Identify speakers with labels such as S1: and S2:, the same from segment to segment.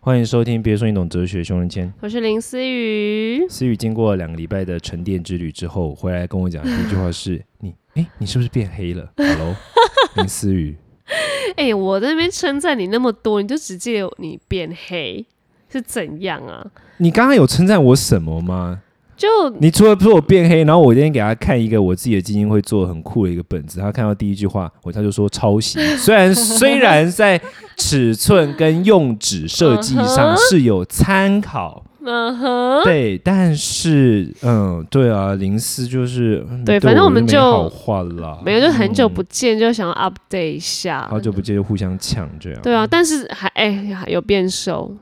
S1: 欢迎收听《别说你懂哲学》，熊仁谦。
S2: 我是林思雨，
S1: 思雨经过两个礼拜的沉淀之旅之后，回来跟我讲的第一句话是：“你，哎，你是不是变黑了？”Hello，林 思雨，
S2: 哎、我在那边称赞你那么多，你就直接你变黑是怎样啊？
S1: 你刚刚有称赞我什么吗？
S2: 就
S1: 你除了说我变黑，然后我今天给他看一个我自己的基金会做的很酷的一个本子，他看到第一句话，我他就说抄 袭。虽然虽然在尺寸跟用纸设计上
S2: 嗯哼
S1: 是有参考。
S2: 嗯哼，
S1: 对，但是嗯，对啊，零四就是嗯
S2: 对
S1: 对，
S2: 反正我们
S1: 没
S2: 就
S1: 好话啦，
S2: 没有，就很久不见，就想要 update 一下。
S1: 嗯好久不见就互相抢这样。
S2: 对啊，但是还哎、还有变瘦，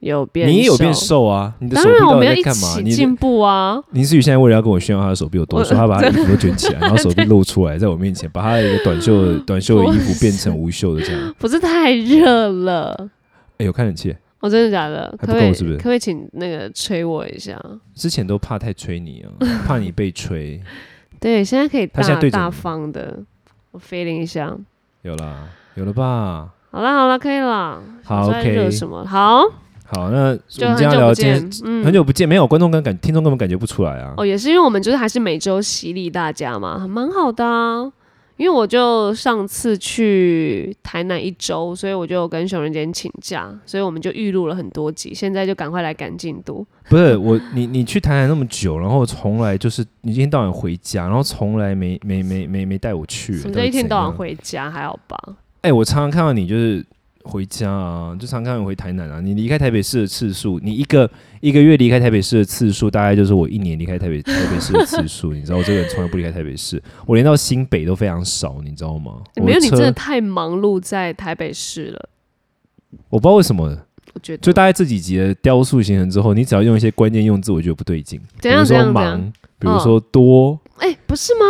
S2: 有变瘦，
S1: 你也有变，瘦啊，你的手
S2: 当
S1: 臂
S2: 然我
S1: 到底
S2: 们要
S1: 在
S2: 一
S1: 干嘛？
S2: 起
S1: 你
S2: 进步啊。
S1: 林思雨现在为了要跟我炫耀她的手臂有多瘦，
S2: 我
S1: 她把她的衣服都卷起来，然后手臂露出来，在我面前把她的一个短袖的短袖的衣服变成无袖的这样。
S2: 不是太热了，
S1: 哎呦，看冷气，
S2: 我、真的假的？
S1: 还不
S2: 可可以
S1: 够是不是
S2: 可不可以请那个吹我一下？
S1: 之前都怕太吹你啊，怕你被吹。
S2: 对，现在可以
S1: 他现在
S2: 大
S1: 对着
S2: 大
S1: 你
S2: 方的，我 feeling 一下。
S1: 有啦，有了吧？
S2: 好啦好啦，可以啦。
S1: 好
S2: 想说在
S1: ，OK
S2: 热。什么？好，
S1: 好，那我们
S2: 就
S1: 今
S2: 很
S1: 天要
S2: 久
S1: 聊
S2: 不
S1: 今天
S2: 见，嗯，
S1: 很久不见，没有观众跟感听众根本感觉不出来啊。
S2: 哦，也是因为我们就是还是每周洗礼大家嘛，蛮好的啊。因为我就上次去台南一周，所以我就跟熊仁坚请假，所以我们就预录了很多集，现在就赶快来赶进度。
S1: 不是我，你你去台南那么久，然后从来就是你一天到晚回家，然后从来没没没没没带我去。
S2: 什么
S1: 到
S2: 叫
S1: 底
S2: 一天
S1: 怎
S2: 到晚
S1: 样？
S2: 回家，还好吧？
S1: 哎、我常常看到你就是回家啊，就常看到你回台南啊。你离开台北市的次数，你一个一个月离开台北市的次数，大概就是我一年离开台北台北市的次数。你知道我这个人从来不离开台北市，我连到新北都非常少，你知道吗？我
S2: 哎没有，你
S1: 车
S2: 真的太忙碌在台北市了，
S1: 我不知道为什么，
S2: 我觉得。
S1: 就大概这几集的雕塑形成之后，你只要用一些关键用字，我觉得不对劲。
S2: 怎样
S1: 比
S2: 怎
S1: 如说
S2: 样怎样？哦
S1: 忙，比如说多。
S2: 哎、不是吗？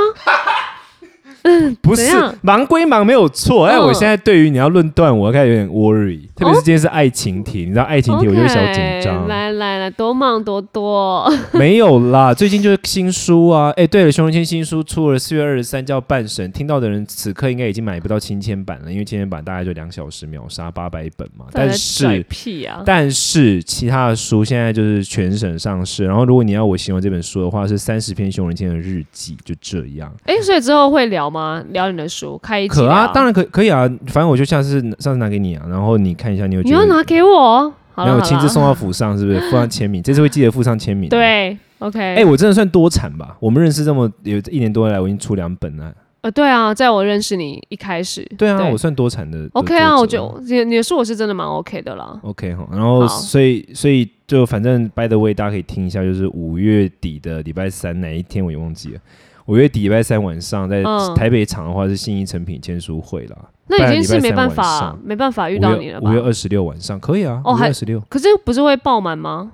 S1: 不是
S2: 怎样
S1: 忙归忙没有错，但
S2: 嗯哦
S1: 我现在对于你要论断我，我开始有点 worry，特别是今天是爱情题，你知道爱情题我就会小紧
S2: OK，
S1: 张。
S2: 来来来，多忙多多。
S1: 没有啦，最近就是新书啊，哎，对了，熊仁谦新书出了，四月二十三叫《半神》，听到的人此刻应该已经买不到亲签版了，因为亲签版大概就两小时秒杀八百本嘛。
S2: 到
S1: 但
S2: 底在拽
S1: 是
S2: 屁啊！
S1: 但是其他的书现在就是全省上市，然后如果你要我形容这本书的话，是三十篇熊仁谦的日记，就这样。
S2: 哎、所以之后会聊吗？聊你的书，开一集
S1: 可啊，
S2: 聊
S1: 当然可可以啊，反正我就下次上次拿给你啊，然后你看一下，你有
S2: 你
S1: 觉
S2: 要
S1: 得
S2: 拿给我，好
S1: 没
S2: 了
S1: 有
S2: 好
S1: 亲自
S2: 了，
S1: 送到府上，是不是？附上签名，这次会记得附上签名。，
S2: 对，OK，
S1: 哎、我真的算多产吧？我们认识这么有一年多来，我已经出两本了。
S2: 呃，对啊，在我认识你一开始，
S1: 对啊，我算多产的。的
S2: OK 啊，
S1: 作
S2: 我
S1: 者
S2: 就你你的书我是真的蛮 OK 的啦，
S1: OK 哈，然后
S2: 好
S1: 所以所以就反正 by the way，大家可以听一下，就是五月底的礼拜三哪一天我也忘记了。五月底礼拜三晚上在
S2: 嗯
S1: 台北场的话是信义成品签书会啦，
S2: 那已经是没
S1: 不然
S2: 办
S1: 礼拜三晚
S2: 法
S1: 上
S2: 没办法
S1: 五
S2: 遇到
S1: 月
S2: 你了吧
S1: 五？月二十六晚上可以啊，
S2: 哦
S1: 五月
S2: 还
S1: 二十六。
S2: 可是不是会爆满吗？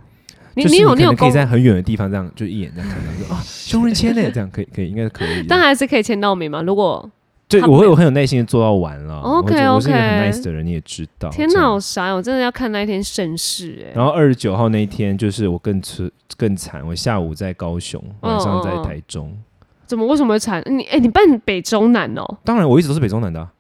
S2: 你
S1: 就是
S2: 你有
S1: 可
S2: 有
S1: 能可以
S2: 公，
S1: 在很远的地方这样，就一眼这样看到 说啊，熊仁谦呢，这样可以可以，应该可以的。
S2: 但还是可以签到名吗？如果
S1: 对
S2: 他
S1: 我会
S2: 没
S1: 我很有耐心的做到完了。我会
S2: OK，
S1: 觉得我是一个很
S2: OK
S1: nice 的人，你也知道。
S2: 天
S1: 这
S2: 哪，
S1: 样
S2: 我傻眼，我真的要看那一天盛世哎、
S1: 然后二十九号那一天，就是我更吃更惨，我下午在高雄，晚上在
S2: 嗯嗯嗯
S1: 台中。
S2: 怎么为什么会惨？你哎、你办北中南哦、
S1: 当然，我一直都是北中南的啊，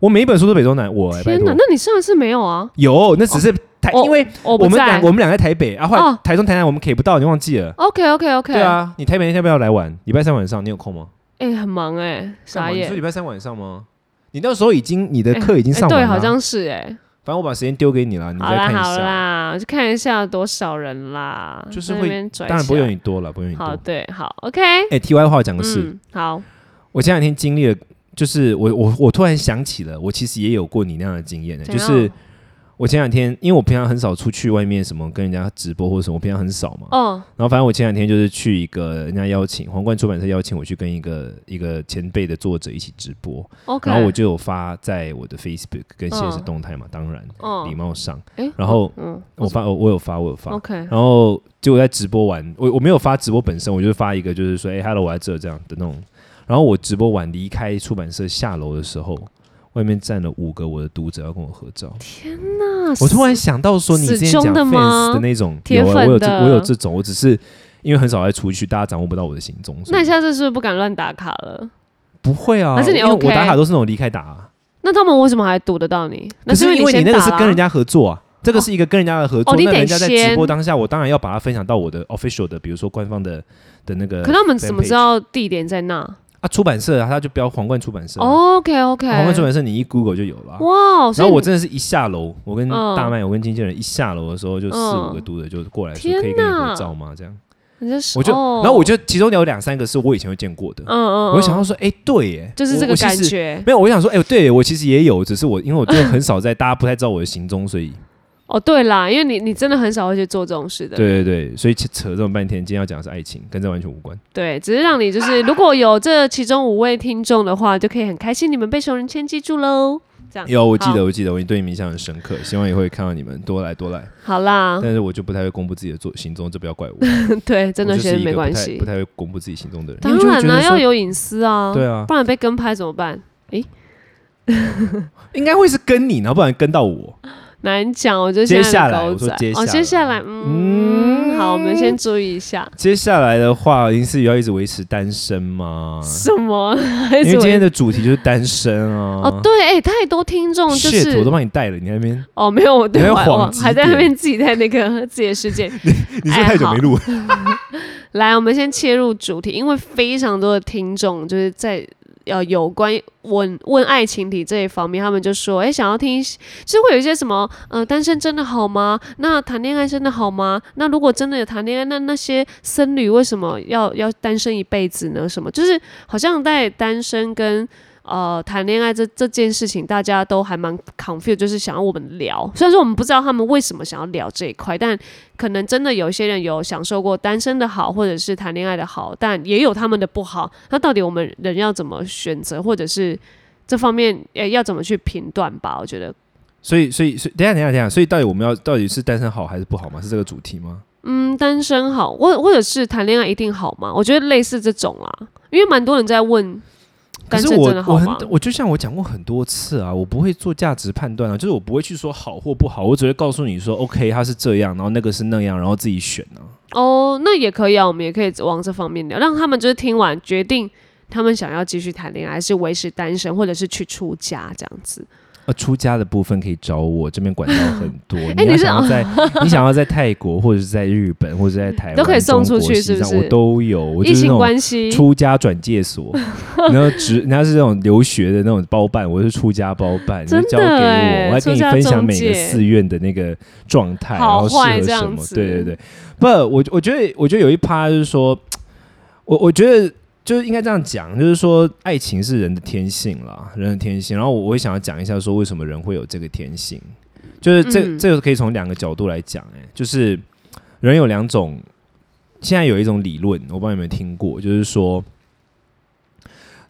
S1: 我每一本书都北中南。我哎拜
S2: 天
S1: 托
S2: 哪，，那你上一次没有啊？
S1: 有那只是台，
S2: 哦
S1: 因为
S2: 我
S1: 我
S2: 不
S1: 们
S2: 在
S1: 俩我们俩在台北啊，后来
S2: 哦
S1: 台中台南我们可以不到，你忘记了？
S2: OK OK OK，
S1: 对，啊，你台北那天要不要来玩？礼拜三晚上你有空吗？
S2: 哎、很忙哎、
S1: 干嘛
S2: 傻
S1: 你
S2: 眼
S1: 说。礼拜三晚上吗？你那时候已经你的
S2: 哎
S1: 课已经
S2: 哎
S1: 上完了
S2: 对，
S1: 啊、
S2: 好像是哎、
S1: 反正我把时间丢给你了，你
S2: 好
S1: 再
S2: 啦
S1: 看一
S2: 好
S1: 下。
S2: 啦，我去看一下多少人啦，
S1: 就是
S2: 在那
S1: 会
S2: 边拽
S1: 当然不会有
S2: 你。
S1: 你多了，不会有你多。
S2: 啊好，
S1: 哎、
S2: 对，好，OK，
S1: 题外话讲的是，
S2: 嗯，好，
S1: 我前两天经历了，就是我我我突然想起了，我其实也有过你那样的经验的，
S2: 怎
S1: 就
S2: 样
S1: 是我前两天，因为我平常很少出去外面什么跟人家直播或者什么，我平常很少嘛。
S2: 哦，
S1: 然后反正我前两天就是去一个人家邀请，皇冠出版社邀请我去跟一个一个前辈的作者一起直播，
S2: OK，
S1: 然后我就有发在我的 Facebook 跟现实
S2: 嗯
S1: 动态嘛，当然
S2: 嗯
S1: 礼貌上，
S2: 哎
S1: 然后
S2: 嗯
S1: 我发我我有发我有发，
S2: ，OK，
S1: 然后结果在直播完，我我没有发直播本身，我就发一个就是说，哎、h e l l o 我在这这样的那种。然后我直播完离开出版社下楼的时候，外面站了五个我的读者要跟我合 照。
S2: 那
S1: 我突然想到说，你之前
S2: 死
S1: 讲
S2: 忠的
S1: fans
S2: 吗
S1: 的那种，
S2: 铁
S1: 有啊，
S2: 粉
S1: 我有这
S2: 的
S1: 我有这种，我只是因为很少在出去，大家掌握不到我的行踪。所以
S2: 那你下次是不是不敢乱打卡了？
S1: 不会啊？
S2: 还是你
S1: 因为
S2: OK？
S1: 我打卡都是那种离开打、啊，
S2: 那他们为什么还堵得到你？那
S1: 可是
S2: 因为
S1: 因为你
S2: 先
S1: 那个是
S2: 打啦
S1: 跟人家合作啊，这个是一个跟人家的合作，
S2: 哦你
S1: 那
S2: 得
S1: 人家在直
S2: 先
S1: 播当下，我当然要把它分享到我的 official 的，比如说官方的的那个
S2: 可他们怎么
S1: fanpage
S2: 知道地点在那
S1: 啊？出版社啊，他就标皇冠出版社啊，
S2: ？OK 哦 OK，
S1: 皇冠出版社你一 Google 就有了啊。
S2: 哇，所
S1: 然
S2: 以
S1: 后我
S2: 你
S1: 真的是一下楼，我跟
S2: 嗯
S1: 大麦，我跟经纪人一下楼的时候，就四
S2: 嗯
S1: 五个读者就过来说
S2: 天
S1: 可以跟你
S2: 哪
S1: 合照吗？这样，
S2: 你这是
S1: 我就，
S2: 哦
S1: 然后我就其中有两三个是我以前有见过的，
S2: 嗯嗯，
S1: 我就想
S2: 嗯
S1: 到说，哎，对耶，
S2: 就是
S1: 我
S2: 这个
S1: 我其
S2: 感
S1: 实
S2: 觉
S1: 没有，我想说，哎、对我其实也有，只是我因为我真的很少在，大家不太知道我的行踪，所以
S2: 哦，对啦，因为你你真的很少会去做这种事的，
S1: 对对对，所以扯扯这么半天，今天要讲的是爱情，跟这完全无关。
S2: 对，只是让你就是如果有这其中五位听众的话，就可以很开心你们被熊仁谦记住喽。这样
S1: 有，我记
S2: 啊好
S1: 得，我记得，我对你们印象很深刻，希望以后会看到你们多来多来，
S2: 好啦，
S1: 但是我就不太会公布自己的做行踪，这不要怪我，
S2: 对，真的
S1: 我就是
S2: 觉得
S1: 一个
S2: 没
S1: 不
S2: 关
S1: 太不
S2: 系。
S1: 太会公布自己行踪的人。
S2: 当
S1: 因为我
S2: 然
S1: 就会
S2: 啦，
S1: 觉得
S2: 要
S1: 说
S2: 有隐私啊，
S1: 对啊
S2: 不然被跟拍怎么办？
S1: 应该会是跟你，然后不然跟到我。
S2: 难讲，我就现
S1: 接下
S2: 在
S1: 来
S2: 的
S1: 我
S2: 狗
S1: 说
S2: 仔。
S1: 接
S2: 哦，
S1: 下来
S2: 接下来，嗯，好，我们先注意一下。
S1: 接下来的话，林思雨要一直维持单身吗？
S2: 什么？
S1: 因
S2: 因
S1: 为今天的主题就是单身啊。
S2: 哦，对，哎，太多听众就
S1: Shit，我都
S2: 是
S1: 帮你带了，你还没？你
S2: 哦，没有，我对
S1: 你在
S2: 我
S1: 晃
S2: 我
S1: 几
S2: 还在那
S1: 点
S2: 边自己在那个 自己的世界。
S1: 是不是太久没录了？
S2: 来，我们先切入主题，因为非常多的听众就是在呃有关于问问爱情题这一方面，他们就说，哎，想要听一些，就是会有一些什么，呃，单身真的好吗？那谈恋爱真的好吗？那如果真的有谈恋爱，那那些僧侣为什么要要单身一辈子呢？什么就是好像在单身跟。呃，谈恋爱这这件事情，大家都还蛮 confused，就是想要我们聊。虽然说我们不知道他们为什么想要聊这一块，但可能真的有一些人有享受过单身的好，或者是谈恋爱的好，但也有他们的不好。那到底我们人要怎么选择，或者是这方面呃要怎么去评断吧？我觉得，
S1: 所以，所以，所以，等一下，等一下，等一下，所以到底我们要到底是单身好还是不好吗？是这个主题吗？
S2: 嗯，单身好，或或者是谈恋爱一定好吗？我觉得类似这种啦，因为蛮多人在问
S1: 可
S2: 单
S1: 是
S2: 身
S1: 我
S2: 真的好
S1: 我
S2: 吗？
S1: 很我就像我讲过很多次啊，我不会做价值判断啊，就是我不会去说好或不好，我只会告诉你说 OK，他是这样，然后那个是那样，然后自己选啊。
S2: 哦，那也可以啊，我们也可以往这方面聊，让他们就是听完决定。他们想要继续谈恋爱，还是维持单身，或者是去出家这样子？
S1: 呃，出家的部分可以找我，这边管道很 多。你
S2: 哎你
S1: 要
S2: 是
S1: 想
S2: 哦
S1: 要在你想要在泰国或者是在日本或者是 在台湾
S2: 都可以送出去
S1: 中国西藏
S2: 是不是
S1: 我都有，我
S2: 异
S1: 就是那
S2: 性
S1: 种
S2: 关系
S1: 出家转介 所，然后只然后是这种留学的那种包办，我是出家包办，你就
S2: 真的
S1: 交给我
S2: 欸，
S1: 我还跟你
S2: 出家
S1: 分享
S2: 中
S1: 每个
S2: 介
S1: 寺院的那个状态，然
S2: 好
S1: 后适
S2: 坏
S1: 合
S2: 这
S1: 什
S2: 样
S1: 么。
S2: 子
S1: 对对对，不，我我觉得我觉得有一趴就是说，我我觉得就是应该这样讲，就是说爱情是人的天性啦，人的天性。然后我我会想要讲一下说为什么人会有这个天性，就是这、
S2: 嗯
S1: 这个可以从两个角度来讲，哎，就是人有两种，现在有一种理论，我不知道有没有听过，就是说。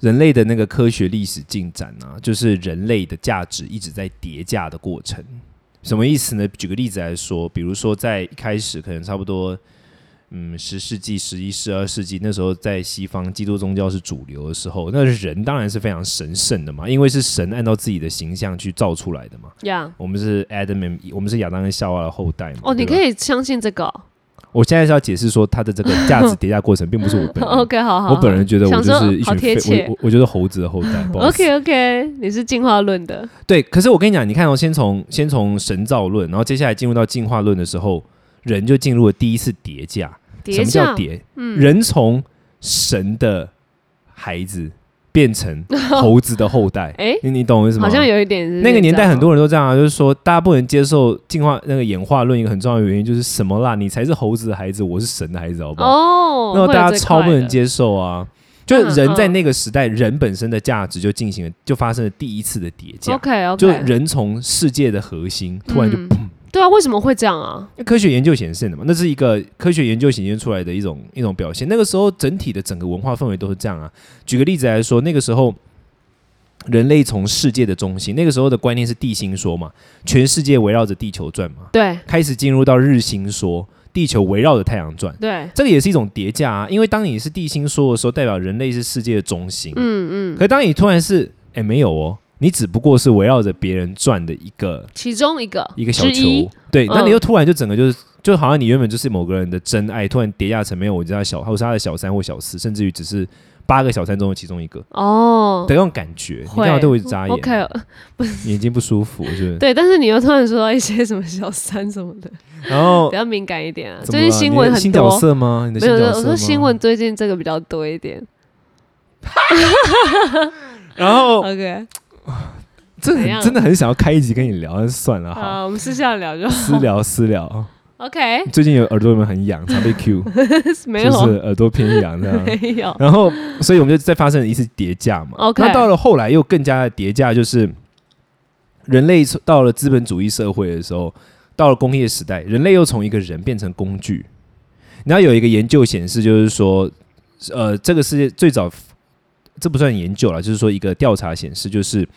S1: 人类的那个科学历史进展啊，就是人类的价值一直在叠加的过程。什么意思呢？举个例子来说，比如说在一开始可能差不多，嗯，十世纪、十一、十二世纪那时候，在西方基督宗教是主流的时候，那人当然是非常神圣的嘛，因为是神按照自己的形象去造出来的嘛。
S2: 呀。
S1: 我们是 Adam and Eve，我们是亚当跟夏娃的后代嘛。
S2: 哦，你
S1: 对吧
S2: 可。以相信这个哦、
S1: 我现在是要解释说，它的这个价值叠加过程，并不是我本人。
S2: OK，好好好。
S1: 啊我本人觉得我
S2: 想
S1: 就
S2: 说
S1: 是一
S2: 好
S1: 群
S2: 贴
S1: 废，
S2: 切
S1: 我。我我觉得猴子的后代。不好意思
S2: OK OK，你是进化论的，
S1: 对，可是我跟你讲，你看哦，先从先从神造论，然后接下来进入到进化论的时候，人就进入了第一次叠价。
S2: 叠
S1: 什么叫
S2: 加，
S1: 叠？
S2: 嗯
S1: 人从神的孩子变 成猴子的后代。
S2: 诶
S1: 你你懂我意思吗？
S2: 哎好像有一点是
S1: 那个年代很
S2: 这样
S1: 多人都这样啊，就是说大家不能接受进化那个演化论，一个很重要的原因就是什么啦？你才是猴子的孩子，我是神的孩子，好不好？
S2: 哦，
S1: 那
S2: 会有
S1: 大家
S2: 这
S1: 超
S2: 块
S1: 不能
S2: 的，
S1: 接受啊！就是
S2: 嗯
S1: 人在
S2: 嗯
S1: 那个时代，人本身的价值就进行了，就发生了第一次的叠加。
S2: OK OK，
S1: 就是人从世界的核心突然就、
S2: 嗯对啊，为什么会这样啊？
S1: 科学研究显现的嘛，那是一个科学研究显现出来的一种一种表现。那个时候整体的整个文化氛围都是这样啊。举个例子来说，那个时候人类从世界的中心，那个时候的观念是地心说嘛，全世界围绕着地球转嘛，
S2: 对
S1: 开始进入到日心说，地球围绕着太阳转。
S2: 对，
S1: 这个也是一种叠加啊，因为当你是地心说的时候，代表人类是世界的中心。
S2: 嗯嗯，
S1: 可当你突然是，哎、没有哦，你只不过是围绕着别人转的一个
S2: 其中一个
S1: 一个小
S2: 之一
S1: 球，对，那
S2: 嗯
S1: 你又突然就整个就是，就好像你原本就是某个人的真爱，突然叠加成没有，我知道小，或是他的小三或小四，甚至于只是八个小三中的其中一个
S2: 哦
S1: 的那种感觉。你
S2: 会
S1: 干嘛对我一直眨眼？
S2: ，OK，
S1: 眼睛不舒服是不是？
S2: 对，但是你又突然说到一些什么小三什么的，
S1: 然后
S2: 比较敏感一点啊。
S1: 怎么
S2: 最近
S1: 了
S2: 新
S1: 你
S2: 闻
S1: 的
S2: 很
S1: 新角
S2: 多，
S1: 色吗？你的
S2: 没
S1: 新
S2: 有，
S1: 角
S2: 我
S1: 色
S2: 说
S1: 吗
S2: 新闻。最近这个比较多一点。
S1: 然后
S2: OK，
S1: 这
S2: 呃怎
S1: 很
S2: 样
S1: 真的很想要开一集跟你聊，但是算了哈，
S2: 好，我们私下聊就好。
S1: 私聊私聊。
S2: OK，
S1: 最近有耳朵有没有很痒？常被 Q，
S2: 没
S1: 就
S2: 有，
S1: 是耳朵偏痒这样。
S2: 没有，
S1: 然后，所以我们就再发生了一次叠加嘛。
S2: 哦 OK
S1: 那到了后来又更加的叠加，就是人类到了资本主义社会的时候，到了工业时代，人类又从一个人变成工具。然后有一个研究显示，就是说，呃，这个世界最早这不算研究了，就是说一个调查显示，就是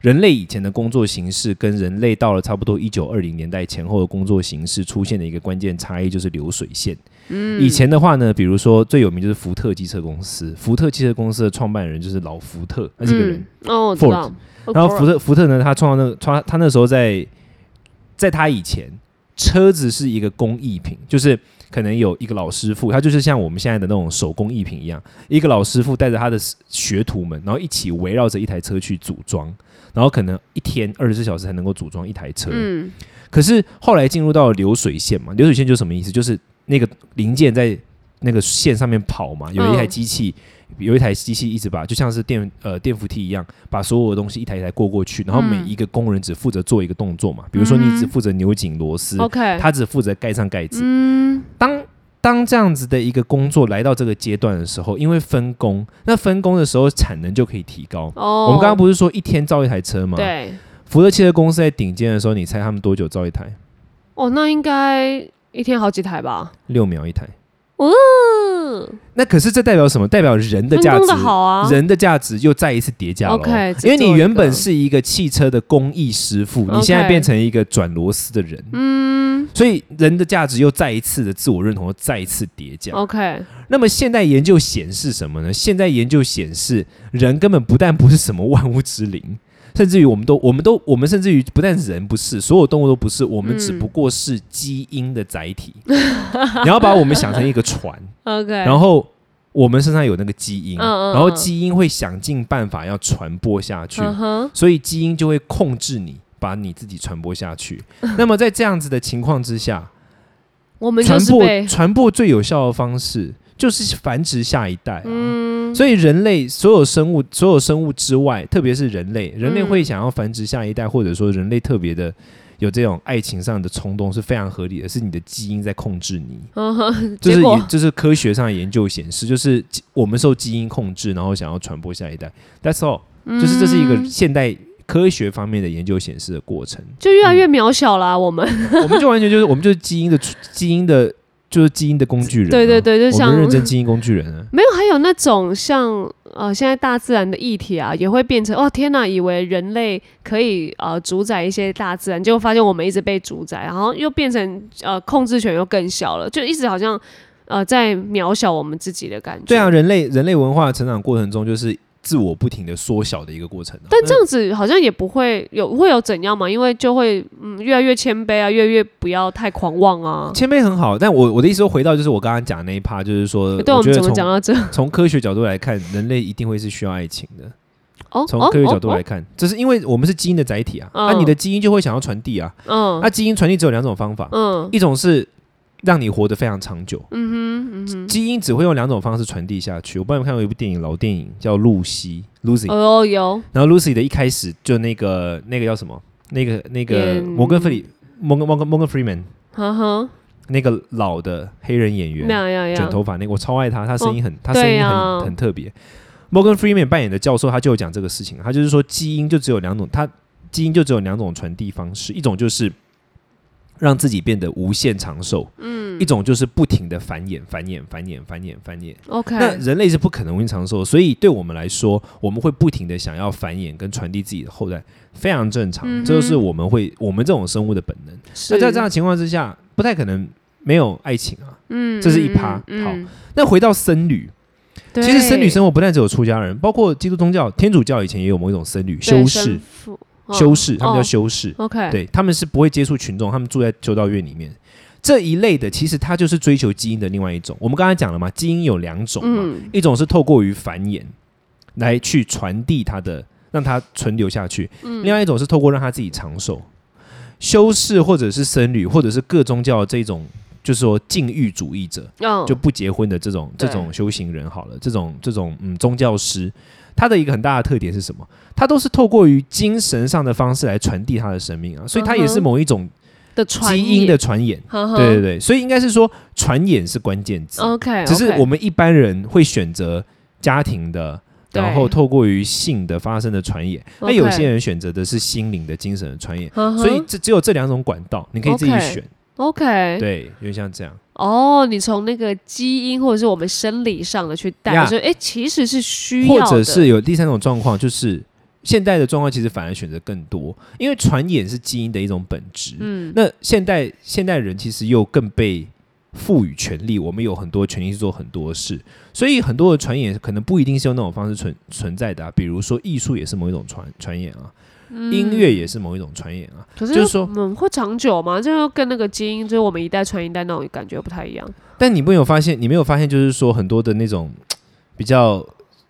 S1: 人类以前的工作形式跟人类到了差不多一九二零年代前后的工作形式出现的一个关键差异，就是流水线。
S2: 嗯，
S1: 以前的话呢，比如说最有名就是福特机车公司，福特机车公司的创办人就是老福特，那是一个人。
S2: 嗯，哦，我知
S1: Ford
S2: 道。
S1: 然后福特福特呢，他创造那个创他那时候在在他以前，车子是一个工艺品，就是可能有一个老师傅，他就是像我们现在的那种手工艺品一样，一个老师傅带着他的学徒们，然后一起围绕着一台车去组装，然后可能一天二十四小时才能够组装一台车。
S2: 嗯，
S1: 可是后来进入到了流水线嘛，流水线就是什么意思？就是那个零件在那个线上面跑嘛，有一台
S2: 嗯
S1: 机器，有一台机器一直把就像是电呃电扶梯一样，把所有的东西一台一台过过去，然后每
S2: 嗯
S1: 一个工人只负责做一个动作嘛，比如说
S2: 嗯
S1: 你只负责扭紧螺丝，
S2: OK，
S1: 他只负责盖上盖子。
S2: 嗯
S1: 当当这样子的一个工作来到这个阶段的时候，因为分工，那分工的时候产能就可以提高。
S2: 哦，
S1: 我们刚刚不是说一天造一台车吗？，
S2: 对
S1: 福特汽车公司在顶尖的时候，你猜他们多久造一台？
S2: 哦，那应该一天好几台吧？
S1: 六秒一台。哦
S2: 嗯，
S1: 那可是这代表什么？代表人的
S2: 分
S1: 价值
S2: 工，的好啊，
S1: 人的价值又再一次叠加了哦。
S2: OK，只
S1: 因为
S2: 做
S1: 你
S2: 一
S1: 原本
S2: 个
S1: 是一个汽车的工艺师傅，你现在
S2: OK
S1: 变成一个转螺丝的人，
S2: 嗯
S1: 所以人的价值又再一次的自我认同又再一次叠加。
S2: ，OK，
S1: 那么现代研究显示什么呢？现代研究显示，人根本不但不是什么万物之灵，甚至于我们都，我们都，我们甚至于不但人不是，所有动物都不是，我们只
S2: 嗯
S1: 不过是基因的载体。 你要把我们想成一个 船，
S2: OK，
S1: 然后我们身上有那个基因，
S2: 嗯嗯
S1: 然后
S2: 嗯
S1: 基因会想尽办法要传播下去，
S2: 嗯哼，
S1: 所以基因就会控制你，把你自己传播下 去。那么在这样子的情况之下，
S2: 我们就
S1: 传
S2: 是
S1: 播
S2: 被
S1: 传播最有效的方式就是繁殖下一代、啊。
S2: 嗯，
S1: 所以人类所有生物，所有生物之外，特别是人类，人类
S2: 嗯
S1: 会想要繁殖下一代，或者说人类特别的有这种爱情上的冲动是非常合理的，是你的基因在控制你。
S2: 嗯哼，
S1: 就是
S2: 结果
S1: 也就是科学上的研究显示，就是基我们受基因控制，然后想要传播下一代。That's all，就是这是一个
S2: 嗯
S1: 现代科学方面的研究显示的过程。
S2: 就越来
S1: 嗯
S2: 越渺小啦，我们
S1: 我们就完全就是我们就是基因的基因的，就是基因的工具人啊、
S2: 对对对就
S1: 我
S2: 像
S1: 们认真基因工具人啊。
S2: 没有，还有那种像呃，现在大自然的议题啊，也会变成哦，天哪，以为人类可以呃主宰一些大自然，结果发现我们一直被主宰，然后又变成呃控制权又更小了，就一直好像呃在渺小我们自己的感觉。
S1: 对啊，，人类人类文化成长过程中，就是自我不停的缩小的一个过程、啊。
S2: 但这样子好像也不会有会有怎样嘛，因为就会嗯越来越谦卑啊，越来越不要太狂妄啊。
S1: 嗯谦卑很好，但我我的意思说，回到就是我刚刚讲的那一趴，就是说，
S2: 对，我
S1: 呃觉得
S2: 们怎么
S1: 从
S2: 讲啊到这？
S1: 从科学角度来看，人类一定会是需要爱情的。
S2: 哦，
S1: 从
S2: 哦
S1: 科学角度，
S2: 哦
S1: 来看，这是因为我们是基因的载体啊，那、
S2: 嗯
S1: 你的基因就会想要传递啊，
S2: 哦
S1: 那、基因传递只有两种方法，
S2: 嗯嗯
S1: 一种是让你活得非常长久，
S2: 嗯哼嗯哼，
S1: 基因只会用两种方式传递下去。我帮你们看过一部电影，老电影叫《露西》（Lucy），、
S2: 哦有，
S1: 然后 Lucy 的一开始就那个那个叫什么，那个那个
S2: 演
S1: 摩根弗里摩根摩根摩根 Freeman
S2: 哈哈，
S1: 那个老的黑人演员，
S2: 那样
S1: 卷
S2: 样，
S1: 头发那个，我超爱他，他声音很，他声
S2: 哦对啊
S1: 音很、
S2: 呀
S1: 很特别。Morgan Freeman 扮演的教授，他就有讲这个事情，他就是说基因就只有两种，他基因就只有两种传递方式，一种就是让自己变得无限长寿，嗯，一种就是不停的繁衍、繁衍、繁衍、繁衍、繁衍。
S2: OK，
S1: 那人类是不可能无限长寿的，所以对我们来说，我们会不停的想要繁衍跟传递自己的后代，非常正常，
S2: 嗯哼
S1: 这就是我们会我们这种生物的本能。那
S2: 是
S1: 在这样的情况之下，不太可能没有爱情啊。
S2: 嗯，
S1: 这是一
S2: 嗯
S1: 趴
S2: 嗯
S1: 好
S2: 嗯
S1: 那回到僧侣，
S2: 对
S1: 其实僧侣生活不但只有出家人，包括基督宗教、天主教以前也有某一种僧侣
S2: 对
S1: 修
S2: 神
S1: 士，
S2: 父哦
S1: 修士，他们
S2: 哦
S1: 叫修士，
S2: OK，
S1: 对，他们是不会接触群众，他们住在修道院里面。这一类的，其实它就是追求基因的另外一种。我们刚才讲了嘛，基因有两种嘛，
S2: 嗯
S1: 一种是透过于繁衍来去传递它的，让它存留下去；，另外一种是透过让它自己长寿。修士或者是僧侣，或者是各宗教的这种，就是说禁欲主义者，
S2: 嗯，
S1: 就不结婚的这种这
S2: 对
S1: 种修行人好了，这种这种嗯宗教师，他的一个很大的特点是什么？他都是透过于精神上的方式来传递他的生命啊，所以他也是
S2: 嗯哼
S1: 某一种
S2: 的传
S1: 基因的传演。对对
S2: 对
S1: 对，所以应该是说传演是关键字，
S2: 嗯，OK，
S1: 只是我们一般人会选择家庭的。
S2: 对
S1: 然后透过于性的发生的传演，那有
S2: OK
S1: 些人选择的是心灵的精神的传演，
S2: 所
S1: 所以这只有这两种管道，你可以自己
S2: OK
S1: 选。
S2: OK，
S1: 对，有点像这样。
S2: 哦，你从那个基因或者是我们生理上的去带，
S1: 呀
S2: 就哎，其实是需
S1: 或
S2: 要的，
S1: 者是有第三种状况，就是现代的状况其实反而选择更多，因为传衍是基因的一种本质。
S2: 嗯，
S1: 那现代现代人其实又更被赋予权利，我们有很多权利去做很多事，所以很多的传衍可能不一定是用那种方式存存在的、啊，比如说艺术也是某一种传传衍啊，
S2: 嗯
S1: 音乐也是某一种传衍啊。
S2: 可是
S1: 就是说
S2: 嗯，会长久吗？这就跟那个基因，就是我们一代传一代那种感觉不太一样。
S1: 但你没有发现，你没有发现，就是说很多的那种比较，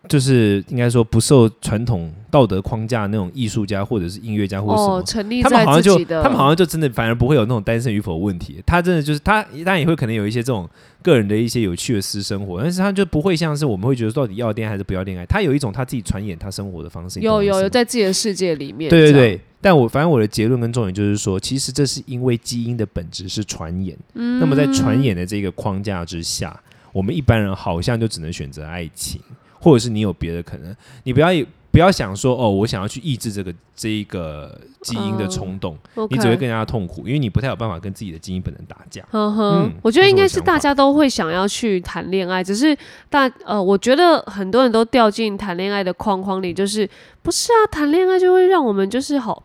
S1: 就是应该说不受传统道德框架那种艺术家或者是音乐家或者什么
S2: 哦，，成立
S1: 他们
S2: 在
S1: 好像
S2: 自
S1: 就
S2: 己的，
S1: 他们好像就真的反而不会有那种单身与否的问题。他真的就是他，当然也会可能有一些这种个人的一些有趣的私生活，但是他就不会像是我们会觉得到底要恋爱还是不要恋爱。他有一种他自己传演他生活的方式。你懂我
S2: 有
S1: 意
S2: 有
S1: 思
S2: 有
S1: 吗
S2: 在自己的世界里面。
S1: 对对
S2: 这样，
S1: 对。但我反正我的结论跟重点就是说，其实这是因为基因的本质是传演。那么
S2: 嗯
S1: 在传演的这个框架之下，我们一般人好像就只能选择爱情，或者是你有别的可能。你不要以不要想说哦，我想要去抑制这个这一个基因的
S2: 嗯
S1: 冲动。
S2: OK
S1: 你只会更加痛苦，因为你不太有办法跟自己的基因本能打架。
S2: 呵呵
S1: 嗯，
S2: 我觉得
S1: 这是我
S2: 应该
S1: 的
S2: 是
S1: 想
S2: 大
S1: 法
S2: 家都会想要去谈恋爱，只是大呃，我觉得很多人都掉进谈恋爱的框框里，就是不是啊，谈恋爱就会让我们就是好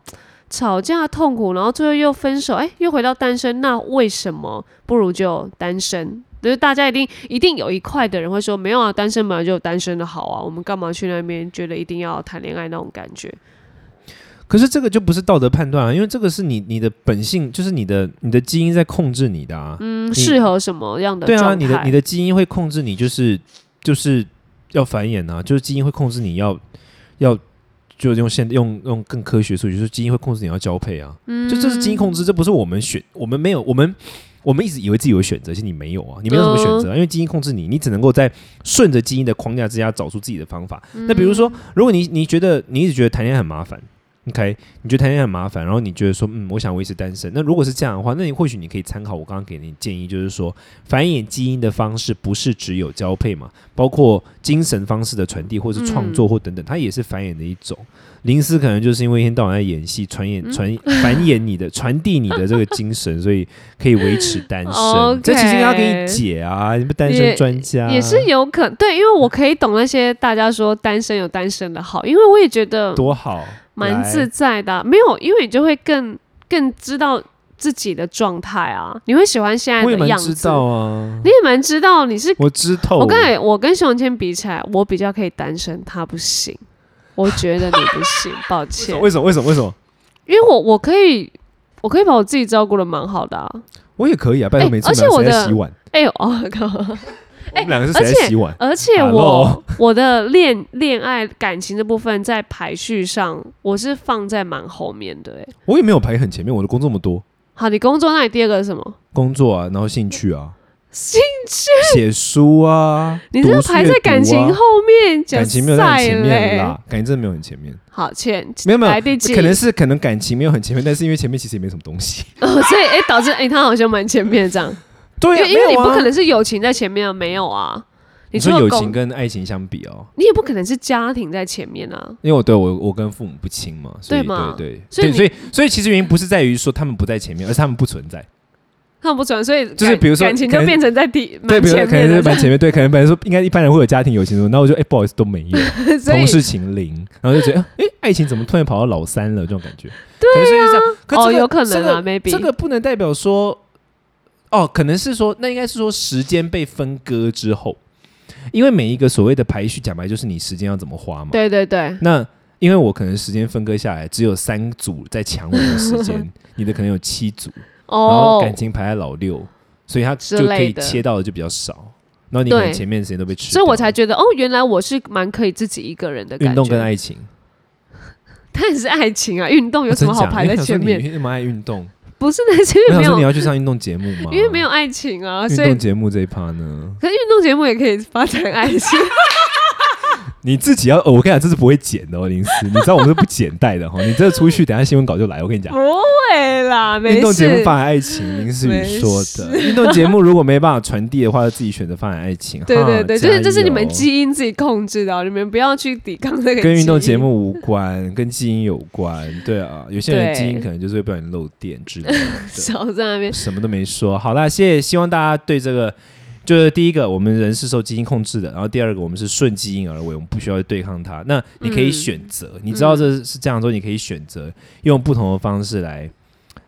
S2: 吵架痛苦，然后最后又分手，哎，又回到单身，那为什么不如就单身？就是大家一定一定有一块的人会说，没有啊，单身本来就有单身的好啊，我们干嘛去那边觉得一定要谈恋爱那种感觉？
S1: 可是这个就不是道德判断啊，因为这个是你你的本性，就是你的你的基因在控制你的啊。
S2: 嗯，适合什么样的
S1: 对啊，
S2: 状态？
S1: 你的你的基因会控制你，就是就是要繁衍啊，就是基因会控制你要要。就用现用用更科学术语，就是基因会控制你要交配啊，就这是
S2: 嗯
S1: 基因控制，这不是我们选，我们没有，我们我们一直以为自己有选择，其实你没有啊，你没有什么选
S2: 哦
S1: 择啊、因为基因控制你，你只能够在顺着基因的框架之下找出自己的方法。
S2: 嗯
S1: 那比如说，如果你你觉得你一直觉得谈恋爱很麻烦，OK，你觉得谈恋爱很麻烦，然后你觉得说，嗯，我想维持单身。那如果是这样的话，那你或许你可以参考我刚刚给你的建议，就是说，繁衍基因的方式不是只有交配嘛，包括精神方式的传递，或是创
S2: 嗯
S1: 作或等等，它也是繁衍的一种。林思可能就是因为一天到晚在演戏，传演
S2: 嗯
S1: 传 繁衍你的，传递你的这个精神，所以可以维持单身。这其实要给你
S2: OK
S1: 解啊，你们单
S2: 也
S1: 身专家
S2: 也是有可对，因为我可以懂那些大家说单身有单身的好，因为我也觉得
S1: 多好，
S2: 蛮
S1: 来
S2: 自在的啊、没有，因为你就会更更知道自己的状态啊，你会喜欢现
S1: 我也
S2: 在的
S1: 蛮
S2: 样
S1: 知
S2: 子，
S1: 道哦啊
S2: 你，也蛮知道你是。
S1: 我知透。
S2: 我刚才我跟熊谦比起来，我比较可以单身，他不行。我觉得你不行，抱歉，
S1: 为什么？为什么？为什么？
S2: 因为我我可以我可以把我自己照顾的蛮好的啊。
S1: 我也可以啊，拜托，
S2: 哎
S1: 每次
S2: 而且我
S1: 我们
S2: 的
S1: 谁在洗碗？
S2: 哎呦，哦 靠！
S1: 我们两个是
S2: 而
S1: 谁
S2: 且
S1: 在洗碗？
S2: 而且
S1: Hello
S2: 我我的恋恋爱感情这部分在排序上，我是放在蛮后面的、欸。
S1: 我也没有排很前面，我的工作那么多，
S2: 好，你工作那你第二个是什么？
S1: 工作啊，然后兴趣啊，
S2: 兴
S1: 趣，写书啊，
S2: 你这
S1: 读
S2: 个
S1: 书
S2: 排在
S1: 阅读
S2: 感情
S1: 啊
S2: 后面，
S1: 感情没有在很前面
S2: 啦。
S1: 啦，感情真的没有很前面，
S2: 好，前
S1: 没有没有
S2: 来第几？
S1: 可能是可能感情没有很前面，但是因为前面其实也没什么东 西。
S2: 哦，所以哎、导致哎、他好像蛮前面这样，
S1: 对
S2: 因
S1: 啊，
S2: 为因为
S1: 没
S2: 你
S1: 有啊
S2: 不可能是友情在前面啊，没有啊，
S1: 你
S2: 除
S1: 说
S2: 了
S1: 友
S2: 工
S1: 情，跟爱情相比哦，
S2: 你也不可能是家庭在前面啊。
S1: 因为我对我我跟父母不亲嘛，所以
S2: 对嘛
S1: 对对
S2: 所
S1: 对，
S2: 以你
S1: 所以所以其实原因不是在于说他们不在前面，而是他们不存在。
S2: 看不准，所以
S1: 就是
S2: 感
S1: 比如说
S2: 感情
S1: 可
S2: 就
S1: 能
S2: 变成在第
S1: 对，
S2: 蛮
S1: 比如
S2: 前
S1: 说可
S2: 面
S1: 能
S2: 的
S1: 是
S2: 这
S1: 蛮
S2: 样，
S1: 前面，对，可能本来说应该一般人会有家庭友情什么，那我就哎、不好意思都没有，
S2: 所以
S1: 同事情零，然后就觉得哎、爱情怎么突然跑到老三了这种感觉，对、啊，是这样，可
S2: 哦
S1: 这个
S2: 有可能
S1: 这个
S2: 啊 maybe
S1: 这个不能代表说，哦，可能是说那应该是说时间被分割之后，因为每一个所谓的排序，讲白就是你时间要怎么花嘛，
S2: 对对对，
S1: 那因为我可能时间分割下来只有三组在抢我的时间， 你的可能有七组，然后
S2: 哦，
S1: 感情排在老六，所以他
S2: 之
S1: 就可
S2: 类
S1: 以
S2: 的
S1: 切到的就比较少，然后你可能
S2: 对
S1: 前面的时间都被吃掉，
S2: 所以我才觉得哦，原来我是蛮可以自己一个人的感觉。
S1: 运动跟爱情
S2: 但是爱情啊，运 动有
S1: 哦
S2: 什么
S1: 真
S2: 好
S1: 假
S2: 排
S1: 因
S2: 在
S1: 为想说
S2: 前面？
S1: 你那么爱运动，
S2: 不是那是因
S1: 我想
S2: 为没
S1: 说
S2: 有
S1: 你，要去上运动节目吗？
S2: 因为没有爱情啊，
S1: 运
S2: 所以
S1: 动节目这一趴呢，
S2: 可是运动节目也可以发展爱情。
S1: 你自己要，哦、我跟你讲，这是不会剪的哦，林思，你知道我们是不剪带的哦 哈，你这出去，等一下新闻稿就来，我跟你讲。
S2: 不会 啦，没事。
S1: 运动节目发展爱情，林思雨说的。运动节目如果没办法传递的话，就自己选择发展爱情。
S2: 对
S1: 哈
S2: 对对，就是这是你们。
S1: 啊加油哦
S2: 基因自己控制的哦、你们不要去抵抗这个。
S1: 跟运动节，目无关，跟基因有关。对啊，有些人的
S2: 对
S1: 基因可能就是会不小心漏电之类 的，
S2: 少在那边。
S1: 什么都没说。好啦，谢谢，希望大家对这个。就是第一个，我们人是受基因控制的；然后第二个，我们是顺基因而为，我们不需要去对抗它。那你可以
S2: 嗯
S1: 选择，你知道这是这样做，你可以选择用不同的方式来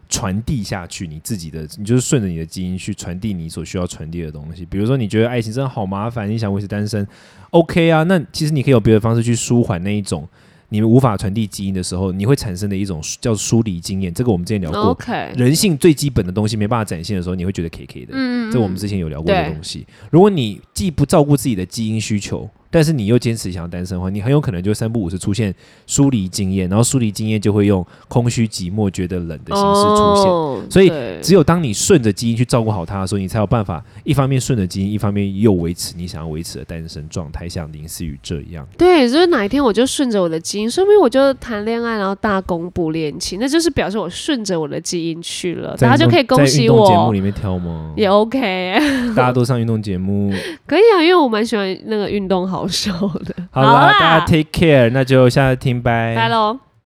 S1: 传递下去你自己的，你就是顺着你的基因去传递你所需要传递的东西。比如说，你觉得爱情真的好麻烦，你想维持单身，OK 啊？那其实你可以有别的方式去舒缓那一种你们无法传递基因的时候，你会产生的一种叫疏离经验。这个我们之前聊过，
S2: OK，
S1: 人性最基本的东西没办法展现的时候，你会觉得 K K 的。
S2: 嗯，嗯
S1: 这我们之前有聊过的东西。如果你既不照顾自己的基因需求，但是你又坚持想要单身的话，你很有可能就三不五时出现疏离经验，然后疏离经验就会用空虚、寂寞、觉得冷的形式出现。
S2: 嗯哦
S1: 所以
S2: 对
S1: 只有当你顺着基因去照顾好它的时候，你才有办法一方面顺着基因，一方面又维持你想要维持的单身状态，像林思雨这样。
S2: 对，所以哪一天我就顺着我的基因，说不定我就谈恋爱，然后大公布恋情，那就是表示我顺着我的基因去了，哦大家就可以恭喜
S1: 在运动节目
S2: 我
S1: 里，面挑吗？
S2: 也 OK，
S1: 大家都上运动节目。
S2: 可以啊，因为我蛮喜欢那个运动好手的。
S1: 好
S2: 好
S1: 啦，
S2: 啦
S1: 大家 take care，那就下次听，拜
S2: 拜喽。